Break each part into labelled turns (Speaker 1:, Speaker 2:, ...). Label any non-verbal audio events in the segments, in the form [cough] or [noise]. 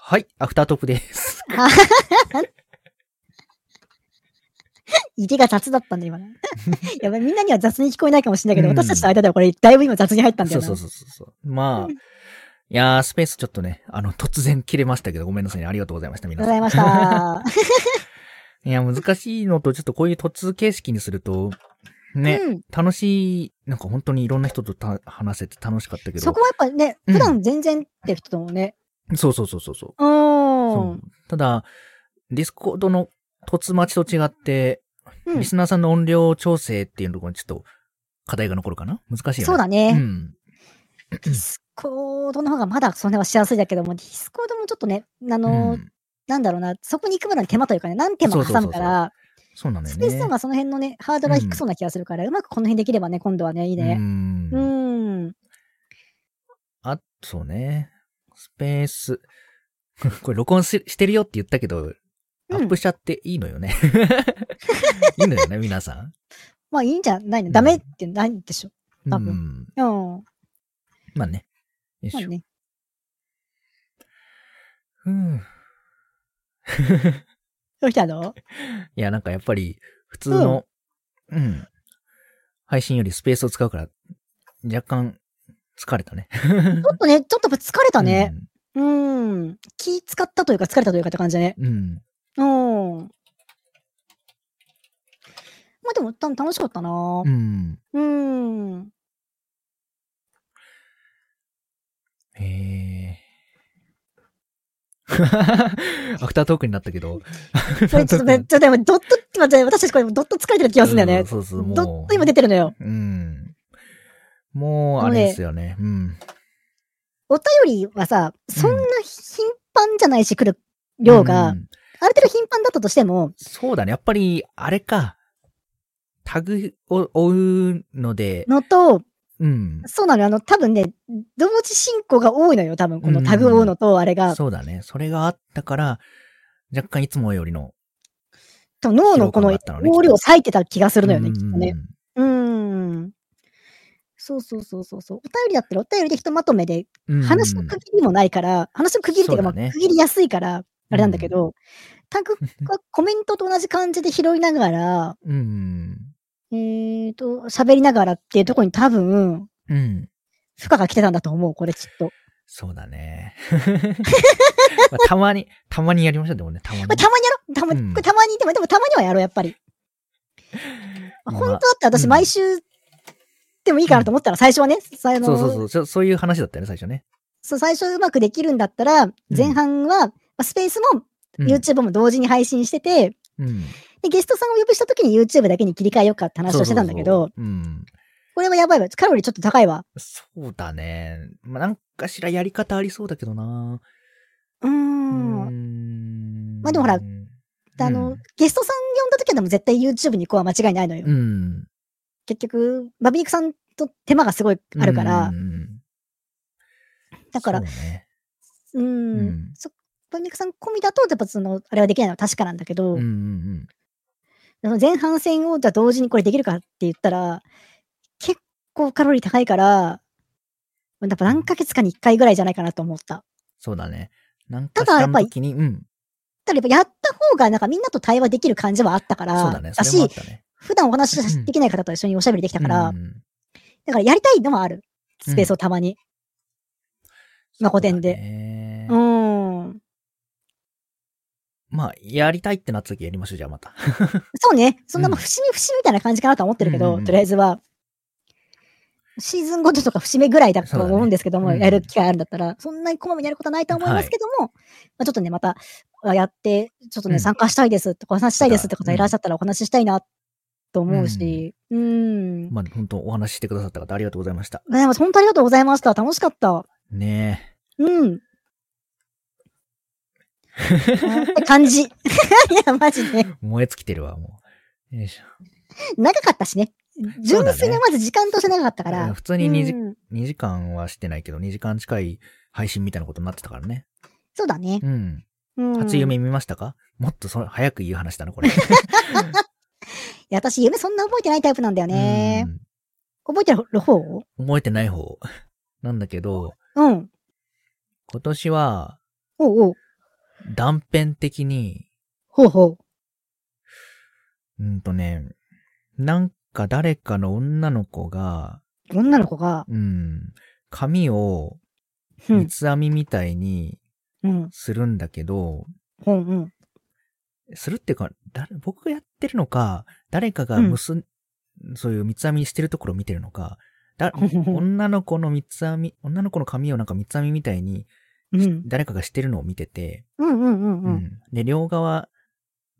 Speaker 1: はい、アフタートークです。
Speaker 2: 池が雑だったん
Speaker 1: [laughs]
Speaker 2: だ、今。やばい、みんなには雑に聞こえないかもしれないけど、
Speaker 1: うん
Speaker 2: 私たちの間ではこれ、だいぶ今雑に入ったん
Speaker 1: そ
Speaker 2: だよ
Speaker 1: う
Speaker 2: な。
Speaker 1: そうそうそう。まあ、いやー、スペースちょっとね、あの、突然切れましたけど、ごめんなさいね。ありがとうございました、
Speaker 2: あり
Speaker 1: 皆
Speaker 2: がとう
Speaker 1: さ
Speaker 2: ご
Speaker 1: ん。
Speaker 2: ざいました。
Speaker 1: いや、難しいのと、ちょっとこういう突形式にすると、ね、
Speaker 2: うん。
Speaker 1: 楽しい、なんか本当にいろんな人とた話せて楽しかったけど。
Speaker 2: そこはやっぱね、
Speaker 1: うん
Speaker 2: 普段全然って人だもんね。
Speaker 1: そうそうそうそうそう。
Speaker 2: う
Speaker 1: そ
Speaker 2: ー。
Speaker 1: うんただ、ディスコードの突待ちと違って、
Speaker 2: うん
Speaker 1: リスナーさんの音量調整っていうところにちょっと課題が残るかな難しいよね。
Speaker 2: そうだ
Speaker 1: う
Speaker 2: ね。
Speaker 1: ん。
Speaker 2: ディスコードの方がまだその辺はしやすいだけども、ディスコードもちょっとね、あ
Speaker 1: う
Speaker 2: の、
Speaker 1: ん
Speaker 2: なんだろうな、そこに行くまでの手間というかね、何手間挟むから、
Speaker 1: そうなのよ
Speaker 2: ス
Speaker 1: ね。
Speaker 2: ペースの方がその辺のね、ハードルは低そうな気がするから、うまくこの辺できればね、今度はね、いいね。
Speaker 1: うん
Speaker 2: う。ん。
Speaker 1: あ、そうね。スペース。 [laughs] これ録音ししてるよって言ったけど、アップしちゃっていいのよ
Speaker 2: [laughs]
Speaker 1: ね。いいのよね、皆さん。
Speaker 2: まあいいんじゃないの
Speaker 1: ん
Speaker 2: ダメってないんでしょ。
Speaker 1: う
Speaker 2: 多分
Speaker 1: ん。
Speaker 2: うん。
Speaker 1: まあね。よい
Speaker 2: まあ
Speaker 1: しょ。
Speaker 2: ね。
Speaker 1: うん。
Speaker 2: どうしたの
Speaker 1: いや、なんかやっぱり、普通の、うん、配信よりスペースを使うから、若干、疲れたね。
Speaker 2: ちょっとね、ちょっと疲れたね。
Speaker 1: うん
Speaker 2: うん。気使ったというか、疲れたというかって感じだね。
Speaker 1: うん。
Speaker 2: うん。まあでも、た楽しかったな
Speaker 1: う。ん。
Speaker 2: うん。
Speaker 1: へえ。 [laughs] アフタートークになったけど。
Speaker 2: こ
Speaker 1: [laughs]
Speaker 2: れちょっとね、ちょっとでも、ドット、今、私たちこれドット疲れてる気がするんだよ
Speaker 1: うん
Speaker 2: ね。
Speaker 1: そうそう、
Speaker 2: ド
Speaker 1: も
Speaker 2: ッ
Speaker 1: う。
Speaker 2: ト今出てるのよ。
Speaker 1: うん。もう、あれですよね。うん。
Speaker 2: お便りはさ、そんな頻繁じゃないし、来る量が、
Speaker 1: うん
Speaker 2: ある程度頻繁だったとしても、
Speaker 1: そうだね。やっぱり、あれか。タグを追うので、
Speaker 2: のと、
Speaker 1: うん。
Speaker 2: そうなのよ、あの、多分ね、同時進行が多いのよ、多分、このタグを追うのと、あれが。
Speaker 1: そうだね。それがあったから、若干いつもよりの。
Speaker 2: 多分脳のこの
Speaker 1: 疲労感があったのね
Speaker 2: 容量を割いてた気がするのよ
Speaker 1: う
Speaker 2: ね、
Speaker 1: ん
Speaker 2: きっとね。うん。そうそうそうそうそう。お便りだったらお便りでひとまとめで、
Speaker 1: うん
Speaker 2: 話の区切りもないから、話の区切りっていうか、
Speaker 1: そうだ
Speaker 2: ま
Speaker 1: ね
Speaker 2: あ、区切りやすいから、あれなんだけど、タグがコメントと同じ感じで拾いながら、 [laughs]
Speaker 1: うん。
Speaker 2: えっと、喋りながらっていうところに多分、
Speaker 1: うん。
Speaker 2: 負荷が来てたんだと思う、これきっと。
Speaker 1: そうだ
Speaker 2: [laughs]
Speaker 1: ね。まあたまに、たまにやりましょう、でもね、たまに
Speaker 2: これ。たまにやろたま,、
Speaker 1: うん
Speaker 2: これたまに、でも、でもたまにはやろう、やっぱ
Speaker 1: [laughs]
Speaker 2: り。
Speaker 1: まあ
Speaker 2: 本当だって私、
Speaker 1: うん
Speaker 2: 毎週でもいいかなと思ったら、最初はね、その
Speaker 1: そうそうそうそ、そういう話だったよね、最初ね。
Speaker 2: そう最初うまくできるんだったら、前半は、まあスペースも
Speaker 1: うん
Speaker 2: YouTube も同時に配信してて、
Speaker 1: うん。
Speaker 2: でゲストさんをお呼びした時に YouTube だけに切り替えようかって話をしてたんだけ
Speaker 1: そ
Speaker 2: ど、
Speaker 1: うそうそううん。
Speaker 2: これはやばいわ。カロリーちょっと高いわ。
Speaker 1: そうだね。まあ、なんかしらやり方ありそうだけどな。
Speaker 2: う
Speaker 1: う
Speaker 2: ー。
Speaker 1: んん
Speaker 2: まあでもほら
Speaker 1: うん
Speaker 2: あの、ゲストさん呼んだ時はでも絶対 YouTube に行くは間違いないのよ。
Speaker 1: うん。
Speaker 2: 結局、バビ肉さんと手間がすごいあるから
Speaker 1: う、ん、
Speaker 2: だから
Speaker 1: そう、ね。
Speaker 2: うー。
Speaker 1: うんん。
Speaker 2: バミクさん込みだと、やっぱその、あれはできないのは確かなんだけど、
Speaker 1: うんうんうん。
Speaker 2: その前半戦をじゃあ同時にこれできるかって言ったら、結構カロリー高いから、やっぱ何ヶ月かに1回ぐらいじゃないかなと思った。
Speaker 1: そうだね。なんか
Speaker 2: ただ
Speaker 1: し
Speaker 2: や
Speaker 1: ら
Speaker 2: っ
Speaker 1: の
Speaker 2: ぱり
Speaker 1: 時に、うん。
Speaker 2: ただやっぱやった方がなんかみんなと対話できる感じはあったから、
Speaker 1: そうだね。それもあっ
Speaker 2: し、
Speaker 1: たね。
Speaker 2: 普段お話しできない方と一緒におしゃべりできたから、
Speaker 1: うん
Speaker 2: だからやりたいのはある。スペースをたまに。まあ
Speaker 1: そうだね
Speaker 2: 古典うーん。
Speaker 1: まあ、やりたいってなった時やりましょう、じゃあまた。
Speaker 2: そうね。そんな、
Speaker 1: うん
Speaker 2: まあ、節目節目みたいな感じかなとは思ってるけ
Speaker 1: うんう
Speaker 2: ど、
Speaker 1: んうん
Speaker 2: とりあえずは。シーズンごととか節目ぐらいだと思うんですけども、
Speaker 1: そうだね
Speaker 2: やる機会あるんだったら、そんなにこまめにやることはないと思いますけども、まあ、ちょっとね、またあやって、ちょっとね、
Speaker 1: うん
Speaker 2: 参加したいですとか、お話ししたいですって方
Speaker 1: うん
Speaker 2: いらっしゃったらお話ししたいなと思うし、うん。ん
Speaker 1: まあ、本当お話ししてくださった方、ありがとうございました。
Speaker 2: ね、本当ありがとうございました。楽しかった。
Speaker 1: ね
Speaker 2: うん。って感じ。 [laughs] いや、マジで
Speaker 1: え。。燃え尽きてるわ、もう。よいしょ。
Speaker 2: 長かったしね。
Speaker 1: そう
Speaker 2: 純
Speaker 1: だね
Speaker 2: 粋なまず時間として長かったか
Speaker 1: うん
Speaker 2: ら。
Speaker 1: 普通に2時,、
Speaker 2: うん
Speaker 1: 2時間はしてないけど、2時間近い配信みたいなことになってたからね。
Speaker 2: そうだね。
Speaker 1: うん。
Speaker 2: うん
Speaker 1: 初夢見ましたか、もっとそ早く言う話だな、これ。
Speaker 2: いや、私、夢そんな覚えてないタイプなんだよ [laughs] ね。
Speaker 1: うん
Speaker 2: 覚えてる方
Speaker 1: 覚えてない方。なんだけど、
Speaker 2: うん。
Speaker 1: 今年は、
Speaker 2: おうおう。
Speaker 1: 断片的に、
Speaker 2: ほうほう。
Speaker 1: うんとね、なんか誰かの女の子が、
Speaker 2: 女の子が、
Speaker 1: うん、髪を
Speaker 2: う
Speaker 1: 三
Speaker 2: ん、
Speaker 1: つ編みみたいに
Speaker 2: うん、
Speaker 1: するんだけど、
Speaker 2: うん、うん。
Speaker 1: するっていうか、誰僕がやってるのか、誰かが結ん、そういう三つ編みしてるところを見てるのか、だ女の子の三つ編み、女の子の髪をなんか三つ編みみたいに、
Speaker 2: うん、
Speaker 1: 誰かがしてるのを見てて、
Speaker 2: うん、うん、うん
Speaker 1: う
Speaker 2: うん。
Speaker 1: んで、両側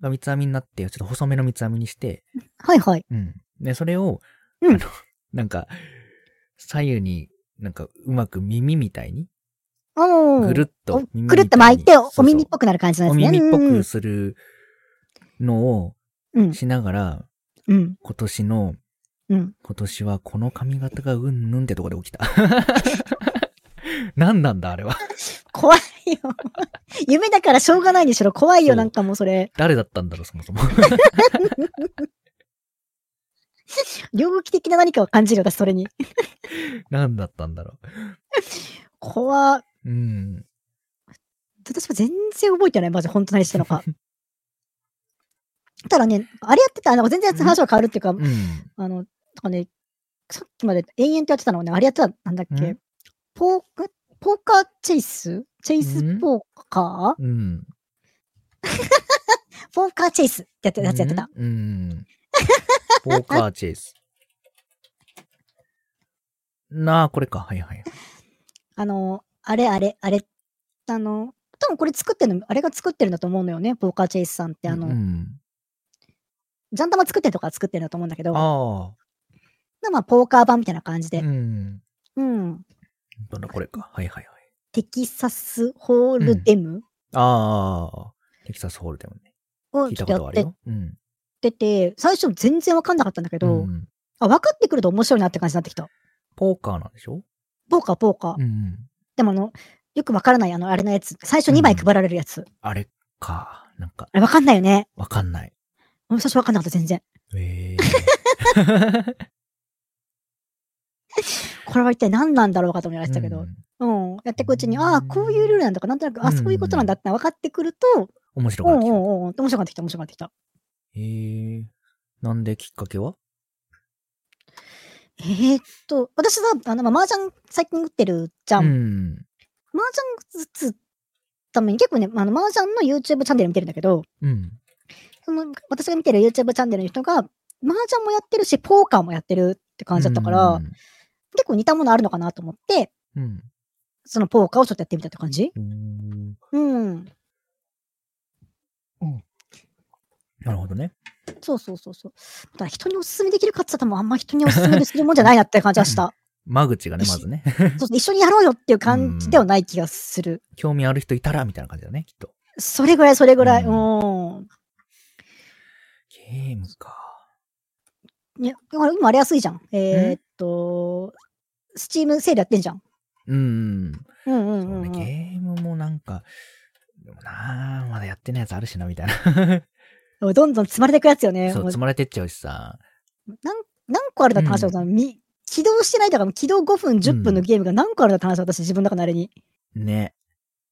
Speaker 1: が三つ編みになって、ちょっと細めの三つ編みにして、
Speaker 2: はいはい。
Speaker 1: うんで、それを、
Speaker 2: うん
Speaker 1: あの、なんか、左右に、なんか、うまく耳みたいに、
Speaker 2: おー
Speaker 1: ぐるっと
Speaker 2: お
Speaker 1: 耳みたいに、
Speaker 2: くるっと巻いて、おお耳っ
Speaker 1: ぽ
Speaker 2: ぽくなる感じなん
Speaker 1: お
Speaker 2: ですね。
Speaker 1: 耳っぽ
Speaker 2: うん
Speaker 1: くするの
Speaker 2: うん
Speaker 1: をしながら、
Speaker 2: うん、
Speaker 1: 今年の、
Speaker 2: うん。
Speaker 1: 今年はこの髪型がうんぬんってとこで起き
Speaker 2: [laughs]
Speaker 1: た。何なんだあれは。
Speaker 2: 怖いよ。 [laughs] 夢だからしょうがないにしろ怖い
Speaker 1: そ
Speaker 2: よ、
Speaker 1: う
Speaker 2: なんかもうそれ。
Speaker 1: 誰だったんだろう、そもそも。
Speaker 2: 猟奇的な何かを感じる、私、それに。
Speaker 1: 何だったんだろ
Speaker 2: 怖っ
Speaker 1: う。うん。
Speaker 2: 私は全然覚えてない、マジ、本当何してたの
Speaker 1: [laughs]
Speaker 2: か。ただね、あれやってた、なんか全然話は変わるっていうか、
Speaker 1: うん。
Speaker 2: あの、とかね、さっきまで延々とやってたのをね、あれやってた、なんだっけ、
Speaker 1: うん
Speaker 2: ポーク、ポーカーチェイスチェイスポーカー、
Speaker 1: うん。
Speaker 2: ポーカーチェイスってやってやつやってた。
Speaker 1: うん。うん。ポーカーチェイス。なあ、これか。はいはい。
Speaker 2: あの、あれあれ、あれ、あの、多分これ作ってるの、あれが作ってるんだと思うのよね、ポーカーチェイスさんって、あの、
Speaker 1: うん、
Speaker 2: ジャンダマ作ってるとか作ってるんだと思うんだけど、
Speaker 1: ああ。
Speaker 2: でまあ、ポーカー版みたいな感じで
Speaker 1: う、ん。
Speaker 2: うん、
Speaker 1: どんだこれか。はいはいはい。
Speaker 2: テキサスホールデム
Speaker 1: ああ。テキサスホールでもね。
Speaker 2: を
Speaker 1: 聞い
Speaker 2: ちょ
Speaker 1: た
Speaker 2: っと
Speaker 1: こ
Speaker 2: や
Speaker 1: とは
Speaker 2: っ
Speaker 1: ある
Speaker 2: てっ
Speaker 1: よ。うん。
Speaker 2: てて、最初全然わかんなかったんだけ
Speaker 1: う
Speaker 2: ど、
Speaker 1: ん、
Speaker 2: あ、分かってくると面白いなって感じになってきた。
Speaker 1: ポーカーなんでしょ
Speaker 2: ポーカー、ポーカー。
Speaker 1: うん。
Speaker 2: でもあの、よくわからない、あの、あれのやつ。最初
Speaker 1: うん
Speaker 2: 2枚配られるやつ。
Speaker 1: あれか。なんか、
Speaker 2: あれわかんないよね。
Speaker 1: わかんない。
Speaker 2: うん最初わかんなかった、全然。
Speaker 1: ええ
Speaker 2: これは一体何なんだろうかと思いましたけ
Speaker 1: う
Speaker 2: ど。
Speaker 1: ん
Speaker 2: うん。やっていくうちに、ああ、こういうルールなんだか、なんとなく、
Speaker 1: う
Speaker 2: あ
Speaker 1: ん
Speaker 2: そういうことなんだって分かってくると、
Speaker 1: 面白
Speaker 2: う
Speaker 1: かっ
Speaker 2: んう
Speaker 1: た。
Speaker 2: んうんうん。面白くなってきた、面白くなってきた。
Speaker 1: ええなんできっかけは
Speaker 2: えー、っと、私さ、あの、まあ麻雀最近打ってるじゃん。
Speaker 1: うん。
Speaker 2: 麻雀打つために、結構ね、あの、麻雀の YouTube チャンネル見てるんだけど、
Speaker 1: うん。
Speaker 2: その、私が見てる YouTube チャンネルの人が、麻雀もやってるし、ポーカーもやってるって感じだったから、結構似たものあるのかなと思って、
Speaker 1: うん。
Speaker 2: そのポーカーをちょっとやってみたって感じ
Speaker 1: うん。
Speaker 2: うん。
Speaker 1: なるほどね。
Speaker 2: そうそうそうそう。だから人におすすめできるかって言ったら、あんま人におすすめするもんじゃないなって感じはした。
Speaker 1: 間口がね、まずね。
Speaker 2: そうそう一緒にやろうよっていう感じではない気がする。
Speaker 1: 興味ある人いたら、みたいな感じだね、きっと。
Speaker 2: それぐらい、それぐらい。
Speaker 1: う
Speaker 2: うん。
Speaker 1: ゲームか。
Speaker 2: いや、だから今あれ安いじゃん。えーっと、スチームセールやってんじゃん。
Speaker 1: うん。
Speaker 2: うんう
Speaker 1: そ
Speaker 2: ん
Speaker 1: う
Speaker 2: うん
Speaker 1: ね、
Speaker 2: うん。
Speaker 1: ゲームもなんか、でもなあまだやってないやつあるしな、みたいな。
Speaker 2: どんどん積まれていくやつよね。
Speaker 1: そう、
Speaker 2: もう
Speaker 1: 積まれてっちゃうしさ。
Speaker 2: 何何個あるんだって話を、そのみ起動してないとか、起動5分、10分のゲームが何個あるんだって話を私、自分の中のあれに。
Speaker 1: ね。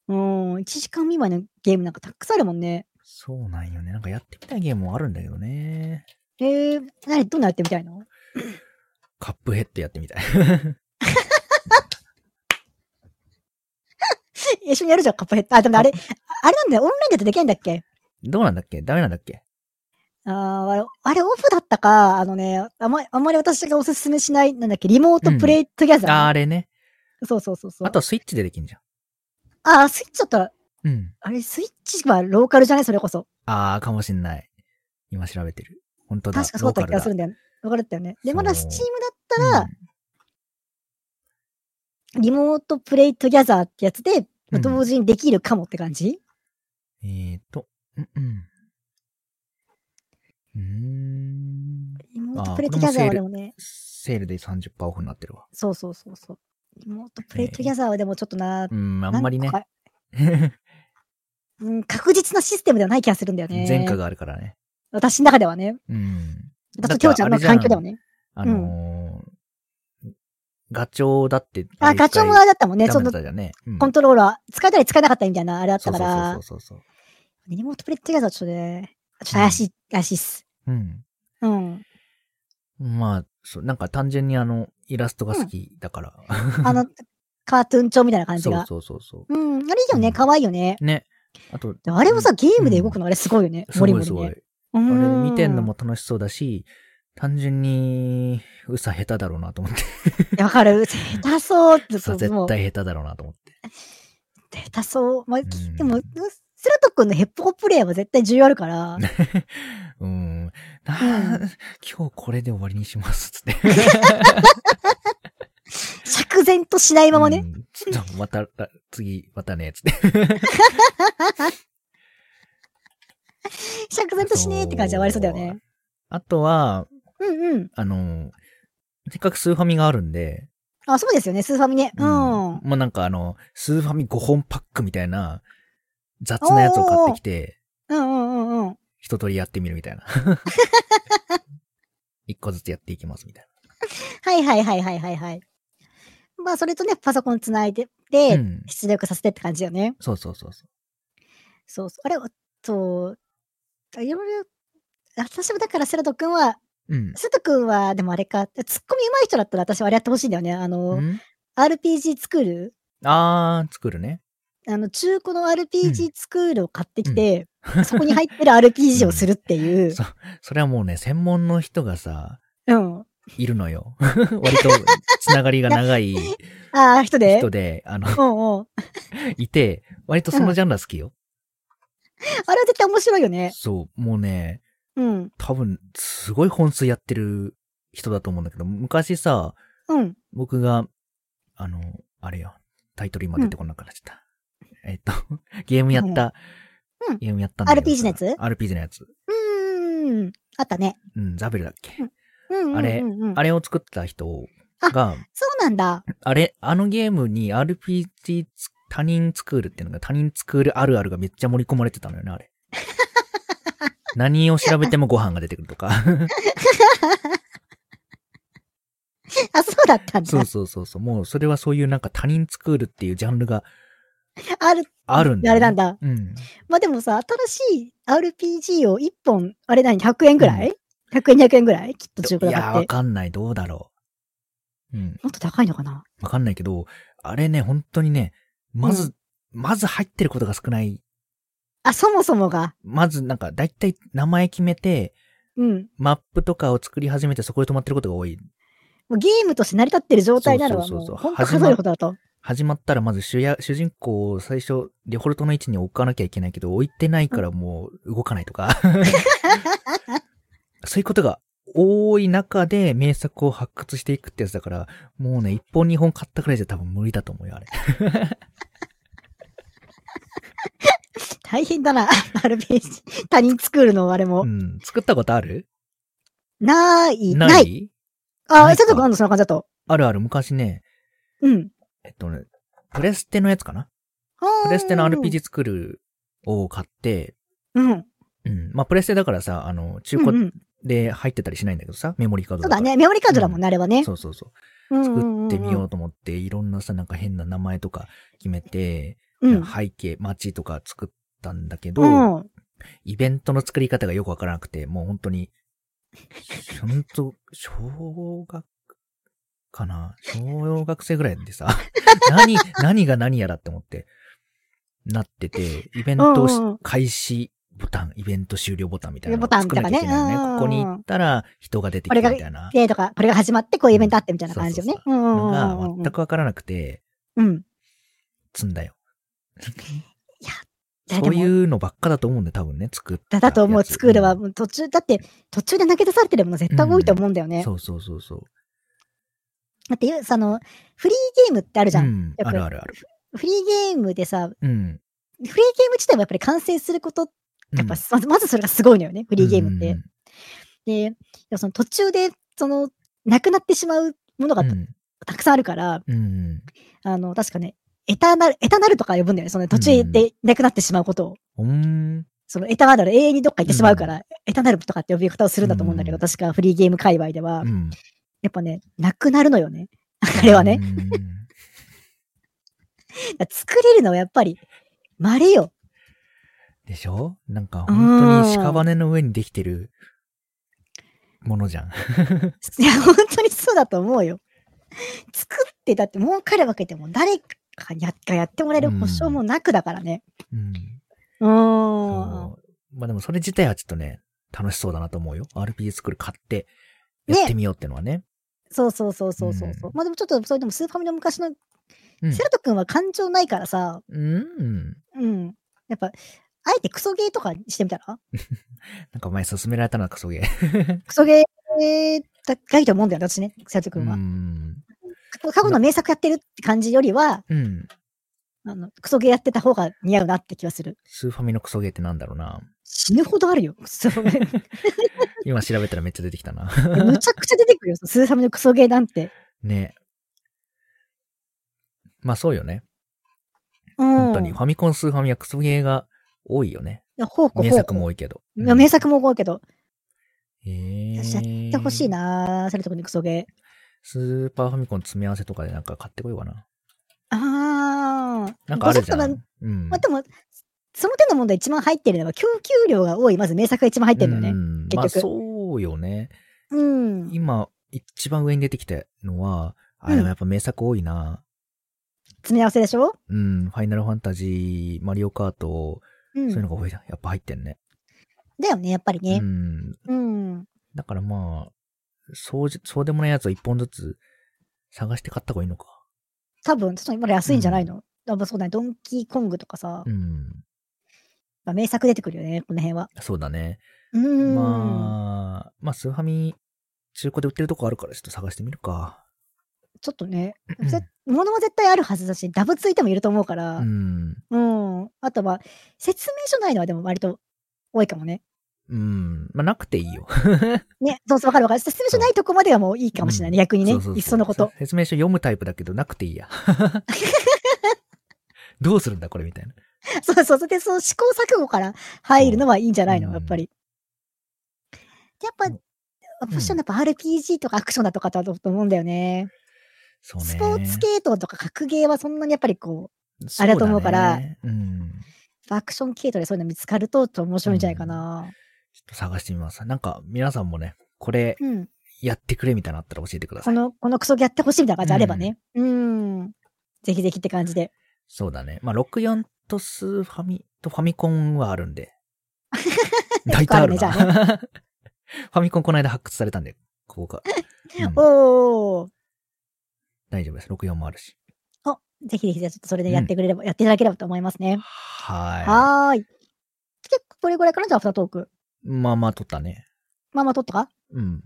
Speaker 2: うん、1時間未満のゲームなんかたくさんあるもんね。
Speaker 1: そうなんよね。なんかやってみたいゲームもあるんだけどね。
Speaker 2: ええー、何どんなやってみたいの [laughs]
Speaker 1: カップヘッドやってみたい。 [laughs]
Speaker 2: 一緒にやるじゃん、カップヘッド。あ、でもあれ、ああれなんだよ、オンラインだとできないんだっけ
Speaker 1: どうなんだっけダメなんだっけ
Speaker 2: あーあれ、あれオフだったか、あのね、あんまあんまり私がおすすめしない、なんだっけ、リモートプレイトゥギャザー。
Speaker 1: ああれね。
Speaker 2: そうそうそうそう。
Speaker 1: あとはスイッチでできんじゃ
Speaker 2: あー、スイッチだったら、
Speaker 1: ん。うん。
Speaker 2: あれ、スイッチはローカルじゃないそれこそ。
Speaker 1: ああ、かもしんない。今調べてる。本当だ。
Speaker 2: 確かそうだった気がする
Speaker 1: ん
Speaker 2: んだよね。ローカルだったよね。で、
Speaker 1: そう
Speaker 2: まだスチームだったら、リモートプレイトゥギャザーってやつで、
Speaker 1: う
Speaker 2: まあ
Speaker 1: ん
Speaker 2: 同時にできるかもって感じ、
Speaker 1: うん、えっ、ー、と、うんうん。うーん。
Speaker 2: リモー
Speaker 1: あ
Speaker 2: ト
Speaker 1: ー
Speaker 2: プレイトゥギャザーは
Speaker 1: これ
Speaker 2: で
Speaker 1: も
Speaker 2: もね、
Speaker 1: セールで30%オフになってるわ。
Speaker 2: そうそうそうそう。リモートプレイトゥギャザーはでもちょっとな、
Speaker 1: うん、あんまりね
Speaker 2: なん。かうん、確実なシステムではない気がするんだよね。
Speaker 1: 前科があるからね。
Speaker 2: 私の中ではね。
Speaker 1: うん。
Speaker 2: 私ときょうちゃんの環境ではね。
Speaker 1: あのーガチョウだって。
Speaker 2: あ、ガチョウもあれだったもんね。
Speaker 1: そ
Speaker 2: そう
Speaker 1: だ
Speaker 2: の
Speaker 1: ったじゃんね。うん
Speaker 2: コントローラー、使えたり使えなかったりみたいな、あれだったから
Speaker 1: そう、そうそうそうそ
Speaker 2: リモートプレイってやつはちょっとね、ちょっと怪しい、怪しいっす。
Speaker 1: う。うん。
Speaker 2: うん。
Speaker 1: まあ、そう、なんか単純にあの、イラストが好きだから。 [laughs]
Speaker 2: あの、 [laughs] カートゥーン調みたいな感じ
Speaker 1: そう
Speaker 2: が。
Speaker 1: そうそうそ
Speaker 2: うん。あれいいよ
Speaker 1: う
Speaker 2: ね。
Speaker 1: ん
Speaker 2: 可愛いよね。
Speaker 1: う。ね。あと、
Speaker 2: であれをさ、ゲームで動くのあれすごいよね。
Speaker 1: す
Speaker 2: モ
Speaker 1: ご
Speaker 2: リモ
Speaker 1: い
Speaker 2: リ
Speaker 1: すごい。
Speaker 2: ね。
Speaker 1: あ
Speaker 2: あれ
Speaker 1: れ見てんのも。楽しそうだし、単純に、うさ下手だろうなと思って。
Speaker 2: いやわかる。下手そうって、
Speaker 1: さ
Speaker 2: も
Speaker 1: 絶
Speaker 2: う
Speaker 1: 対下手だろうなと思って。
Speaker 2: 下手そう。まあ、き
Speaker 1: うん
Speaker 2: でも、セラト君のヘッポコプレイは絶対重要あるから。
Speaker 1: うん。な
Speaker 2: う
Speaker 1: 今日これで終わりにします。つって。
Speaker 2: 釈然としないままね。
Speaker 1: うんちょっとまた、あ次、またね、つって。
Speaker 2: 釈然としねえって感じで終わりそうだよね。
Speaker 1: あとは、
Speaker 2: うんうん。
Speaker 1: あの、せっかくスーファミがあるんで、
Speaker 2: あ、そうですよね。スーファミね。うん。
Speaker 1: もうなんかあの、スーファミ5本パックみたいな、雑なやつを買ってきて、
Speaker 2: うんうんうんうん。
Speaker 1: 一通りやってみるみたいな。
Speaker 2: [laughs]
Speaker 1: 一個ずつやっていきますみたい
Speaker 2: はいはいはいはいはいはい。まあ、それとね、パソコンつないで、
Speaker 1: な。う
Speaker 2: で、
Speaker 1: ん。
Speaker 2: 出力させてって感じだよね。
Speaker 1: そうそうそうそう。
Speaker 2: そうそう。あれ、そう。いろいろ、私もだから、セラト君は、
Speaker 1: うん。
Speaker 2: セラト君は、でもあれか、ツッコミ上手い人だったら私はあれやってほしいんだよね。あの、
Speaker 1: ん
Speaker 2: RPG スクール
Speaker 1: あー、作るね。
Speaker 2: あの、中古の RPG スクールを買ってきて、そこに入ってる RPG をするっていう。
Speaker 1: そそれはもうね、専門の人がさ、
Speaker 2: うん。
Speaker 1: いるのよ。 [laughs] 割と、つながりが長
Speaker 2: [laughs]
Speaker 1: い
Speaker 2: ああ、人で。
Speaker 1: 人で、あの、
Speaker 2: うんうん。
Speaker 1: いて、割とそのジャンルは好きよ。
Speaker 2: あれは絶対面白いよね。
Speaker 1: そう、もうね、
Speaker 2: うん。
Speaker 1: 多分、すごい本数やってる人だと思うんだけど、昔さ、
Speaker 2: うん。
Speaker 1: 僕が、あの、あれよ、タイトル今出てこなくなっちゃった。えっと、 [laughs] ゲームやった、
Speaker 2: うん
Speaker 1: ゲームやったんだけど
Speaker 2: RPG のやつ
Speaker 1: ?RPG のやつ。
Speaker 2: うーん。あったね。
Speaker 1: うん、ザベルだっけ、
Speaker 2: うんうんうんうん。
Speaker 1: あれあれを作った人が、
Speaker 2: そうなんだ。
Speaker 1: あれ、あのゲームに RPG つ他人スクールっていうのが、他人スクールあるあるがめっちゃ盛り込まれてたのよね、
Speaker 2: [laughs]
Speaker 1: あれ。何を調べてもご飯が出てくるとか。
Speaker 2: [laughs] あ、そうだったんだ
Speaker 1: そう。そうそうそう。もうそれはそういうなんか他人スクールっていうジャンルが
Speaker 2: ある、
Speaker 1: あるんだ、
Speaker 2: あれなん。だ。
Speaker 1: うん。
Speaker 2: まあでもさ、新しい RPG を1本、あれ何、100円ぐらい、?100 円、200円ぐらいきっと中
Speaker 1: い
Speaker 2: 古だ
Speaker 1: や、
Speaker 2: かっ
Speaker 1: わ
Speaker 2: て。
Speaker 1: かんない。どうだろう。うん。
Speaker 2: もっと高いのかな
Speaker 1: わかんないけど、あれね、本当にね、まず、まず入ってることが少ない。
Speaker 2: あ、そもそもが。
Speaker 1: まずなんか、だいたい名前決めて、
Speaker 2: うん。
Speaker 1: マップとかを作り始めてそこで止まってることが多い。
Speaker 2: もうゲームとして成り立ってる状態なのは
Speaker 1: そう
Speaker 2: も
Speaker 1: そう
Speaker 2: う、
Speaker 1: そうそう
Speaker 2: 本当数えることだと。
Speaker 1: 始まったらまず主や主人公を最初、デフォルトの位置に置かなきゃいけないけど、置いてないからもう動かないと
Speaker 2: [laughs]
Speaker 1: か。そういうことが多い中で名作を発掘していくってやつだから、もうね、一本二本買ったくらいじゃ多分無理だと思うよ、あれ。
Speaker 2: 大変だな、RPG。他人スクールのあれも。
Speaker 1: うん。作ったことある
Speaker 2: なーい、ない。
Speaker 1: ないな
Speaker 2: あ、
Speaker 1: いか
Speaker 2: ちょっとあんのそんな感じだと。
Speaker 1: あるある、昔ね、
Speaker 2: うん。
Speaker 1: えっとね、プレステのやつかなプ
Speaker 2: プ
Speaker 1: レステの。RPG 作るを買って、
Speaker 2: うん。
Speaker 1: うん。まあ、プレステだからさ、あの、中
Speaker 2: うんう
Speaker 1: 古
Speaker 2: ん
Speaker 1: で入ってたりしないんだけどさ、メモリーカード
Speaker 2: そう
Speaker 1: から
Speaker 2: だね。メモリカードだもんね、あれはね。
Speaker 1: そうそうそう。
Speaker 2: 作
Speaker 1: 作ってみようと思って、いろんなさ、なんか変な名前とか決めて、
Speaker 2: うん。うん。
Speaker 1: 背景、街とか作ったんだけど、
Speaker 2: うん。
Speaker 1: イベントの作り方がよくわからなくて、もう本当に、ほんと、小学、かな小学生ぐらいでさ、 [laughs] 何、何が何やらって思って、なってて、イベントをし
Speaker 2: うんうん
Speaker 1: 開始ボタン、イベント終了ボタンみたいなのを
Speaker 2: ボタン
Speaker 1: 作らなきゃいけない
Speaker 2: と
Speaker 1: の
Speaker 2: かね
Speaker 1: ね。ここに行ったら人が出てきたみたいな。
Speaker 2: で、とか、これが始まって、こういうイベントあってみたいな感じよね。
Speaker 1: そううんの
Speaker 2: うん
Speaker 1: が
Speaker 2: うんうん。
Speaker 1: 全くわからなくて、
Speaker 2: うん。
Speaker 1: 積んだよ。
Speaker 2: いや
Speaker 1: そうい
Speaker 2: でも
Speaker 1: うのばっかだと思うんで、多分ね、作っ
Speaker 2: だ
Speaker 1: た
Speaker 2: だと思う、
Speaker 1: やつ
Speaker 2: 作るは、
Speaker 1: うん
Speaker 2: もう途中、だって、途中で投げ出されてるもの絶対多いと思うんだよね。
Speaker 1: そうそうそうそう。
Speaker 2: だっていう、その、フリーゲームってあるじゃん。
Speaker 1: うん、
Speaker 2: よく
Speaker 1: あるあるある。
Speaker 2: フリーゲームでさ、フ
Speaker 1: うん。
Speaker 2: リーゲーム自体もやっぱり完成すること、やっぱ、まずま [laughs] ずそれがすごいのよね、フ
Speaker 1: フ
Speaker 2: リーゲームって。で、でもその途中で、その、なくなってしまうものがた,、
Speaker 1: うん
Speaker 2: くさんあるから、
Speaker 1: うん。
Speaker 2: あの、確かね、エターナル、エターナルとか呼ぶんだよね、その途中でなくなってしまうことを。
Speaker 1: うん。
Speaker 2: そのエターナル永遠にどっか行ってしまうから、
Speaker 1: う
Speaker 2: エターナルとかって呼び方をするんだと思うんだけど、
Speaker 1: うん
Speaker 2: [laughs] 確かフリーゲーム界隈では、
Speaker 1: うん
Speaker 2: やっぱね、なくなるのよね。 [laughs] あれはね。
Speaker 1: うん。
Speaker 2: だから作れるのはやっぱり、稀よ。
Speaker 1: でしょなんか本当に屍の上にできてるものじゃん。
Speaker 2: いや、本当にそうだと思うよ。作って、だって儲かるわけでも、誰かにやがやってもらえる保証もなくだからね。
Speaker 1: うん。
Speaker 2: う。
Speaker 1: そうんまあでもそれ自体はちょっとね、楽しそうだなと思うよ。RPG 作る買って、やってみようってのはね。
Speaker 2: そうそうそうそうそうそう。
Speaker 1: う
Speaker 2: まあでもちょっと、それでもスーファミの昔の、
Speaker 1: うん
Speaker 2: セラト君は感情ないからさ、
Speaker 1: うん。
Speaker 2: うん。やっぱ、あえてクソゲーとかしてみたら
Speaker 1: なんかお前勧められたのか、そげ。
Speaker 2: クソゲーだがいいと思うんだよね、私ね、セラト
Speaker 1: う
Speaker 2: 君は。
Speaker 1: ん。
Speaker 2: 過去の名作やってるって感じよりは、
Speaker 1: うん。
Speaker 2: あの、クソゲーやってた方が似合うなって気はする。
Speaker 1: スーファミのクソゲーってなんだろうな。
Speaker 2: 死ぬほどあるよ、ク
Speaker 1: [laughs]
Speaker 2: ソゲー。
Speaker 1: 今調べたらめっちゃ出てきたな。 [laughs]
Speaker 2: えむちゃくちゃ出てくるよ、スーファミのクソゲーなんて。
Speaker 1: ね。まあそうよね。
Speaker 2: うん。
Speaker 1: 本当に。
Speaker 2: い
Speaker 1: ファミコンスーファミはクソゲーが多いよね。
Speaker 2: や、ほうこ
Speaker 1: 名
Speaker 2: ほう
Speaker 1: 作
Speaker 2: こ
Speaker 1: も多いけど。
Speaker 2: いや名作も多いけど、
Speaker 1: うん。え
Speaker 2: 私やってほしい。なー、セルト君のクソゲー。
Speaker 1: スーパーファミコン詰め合わせとかでなんか買ってこようかな。
Speaker 2: あー。
Speaker 1: なんかあるじゃ
Speaker 2: ごそっと
Speaker 1: ん。うん。
Speaker 2: まあ、でも、その手の問題一番入ってるのは、供給量が多い、まず名作が一番入ってるのよね
Speaker 1: う。ん
Speaker 2: 結局
Speaker 1: まあそうよね。
Speaker 2: うん。
Speaker 1: 今、一番上に出てきたのは、あ、
Speaker 2: うん
Speaker 1: でもやっぱ名作多いな。
Speaker 2: 詰め合わせでしょ
Speaker 1: うん、ファイナルファンタジー、マリオカート、
Speaker 2: う。
Speaker 1: そういうんのが多いな。やっぱ入ってんね。
Speaker 2: だよね、やっぱり
Speaker 1: う
Speaker 2: ね。
Speaker 1: ん。
Speaker 2: うん。
Speaker 1: だからまあ、そうじ、そうでもないやつを一本ずつ探して買った方がいいのか。
Speaker 2: 多分、ちょっと今安いんじゃないの、あまあそうだね、ドンキーコングとかさ、
Speaker 1: うん。
Speaker 2: まあ名作出てくるよね、この辺は。
Speaker 1: そうだね。
Speaker 2: うーん。
Speaker 1: まあ、まあ、スーファミ、中古で売ってるとこあるから、ちょっと探してみるか。
Speaker 2: ちょっとね、
Speaker 1: うん
Speaker 2: ぜ物は絶対あるはずだし、ダブついてもいると思うか
Speaker 1: う
Speaker 2: ら、
Speaker 1: ん。
Speaker 2: うん。あとは、説明書ないのはでも割と多いかもね。
Speaker 1: うん。まあ、なくていいよ。
Speaker 2: ね、そうそう、わかるわかる。説明書ないとこまではもういいかもしれないね、逆にね。
Speaker 1: そうそうそう
Speaker 2: いっそのこと。
Speaker 1: せ説明書読むタイプだけど、なくていい
Speaker 2: [laughs]
Speaker 1: や。どうするんだ、これ、みたいな。
Speaker 2: そうそうそう。で、その試行錯誤から入るのはいいんじゃないの、
Speaker 1: うん
Speaker 2: やっぱり。でやっぱ、
Speaker 1: うん
Speaker 2: ファッションやっぱ RPG とかアクションだとかだと思うんだよね。
Speaker 1: そうね。
Speaker 2: スポーツ系統とか格ゲーはそんなにやっぱりこ
Speaker 1: そ
Speaker 2: あ
Speaker 1: うね
Speaker 2: れだと思うから
Speaker 1: うん。
Speaker 2: う、アクション系統でそういうの見つかると、ちょっと面白いんじゃないかな。
Speaker 1: ちょっと探してみます。なんか、皆さんもね、これ
Speaker 2: うん。
Speaker 1: やってくれみたいなのあったら教えてくだ
Speaker 2: こ
Speaker 1: さい。
Speaker 2: の、このクソゲやってほしいみたいな感じあればね。うん。ぜひぜひって感じで。
Speaker 1: そうだね。まあ、64とスーファミとファミコンはあるん
Speaker 2: [laughs]
Speaker 1: で。大体ある
Speaker 2: 結構
Speaker 1: な。
Speaker 2: ある
Speaker 1: [laughs] ファミコンこの間発掘されたんで、ここ
Speaker 2: [laughs]
Speaker 1: が。うん
Speaker 2: おー。
Speaker 1: 大丈夫です。64もあるし。
Speaker 2: ぜひぜひ、じゃあちょっとそれでやってくれれば、やっていただければと思いますね。
Speaker 1: は
Speaker 2: はーい。結構これぐらいかなじゃあ、アフタートーク。
Speaker 1: い。まあまあ撮ったね。
Speaker 2: まあまあ、撮ったか
Speaker 1: うん。
Speaker 2: じ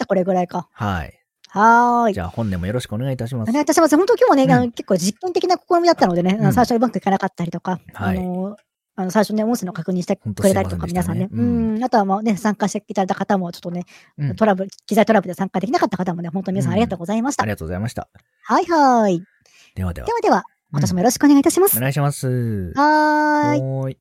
Speaker 2: ゃあ、これぐらいか。
Speaker 1: はい。
Speaker 2: はーい
Speaker 1: じ。ゃあ本年もよろしくお願いいたしま
Speaker 2: お
Speaker 1: す
Speaker 2: 願い。いたします。本当今日もね、あ
Speaker 1: う
Speaker 2: の結構実験的な試みだったのでね、あ
Speaker 1: う
Speaker 2: の
Speaker 1: ん
Speaker 2: 最初うまくいかなかったりとか、
Speaker 1: はい
Speaker 2: あのーあの最初ね、音声の確認して
Speaker 1: ほんと
Speaker 2: くれたりとか、
Speaker 1: すいま
Speaker 2: 皆
Speaker 1: せ
Speaker 2: さ
Speaker 1: ん
Speaker 2: ん
Speaker 1: でし
Speaker 2: ね。
Speaker 1: たね
Speaker 2: う
Speaker 1: うん
Speaker 2: ん。あとはまあね、参加していただいた方も、ちょっとね、
Speaker 1: うん
Speaker 2: トラブル、機材トラブルで参加できなかった方もね、本当皆さんありがとうございました。
Speaker 1: ありがとうございました。
Speaker 2: はいはーい。
Speaker 1: ではでは
Speaker 2: で。はでは、今年
Speaker 1: うん
Speaker 2: もよろしくお願いいたします。
Speaker 1: お願いします。
Speaker 2: はー
Speaker 1: は
Speaker 2: い。
Speaker 1: ーい。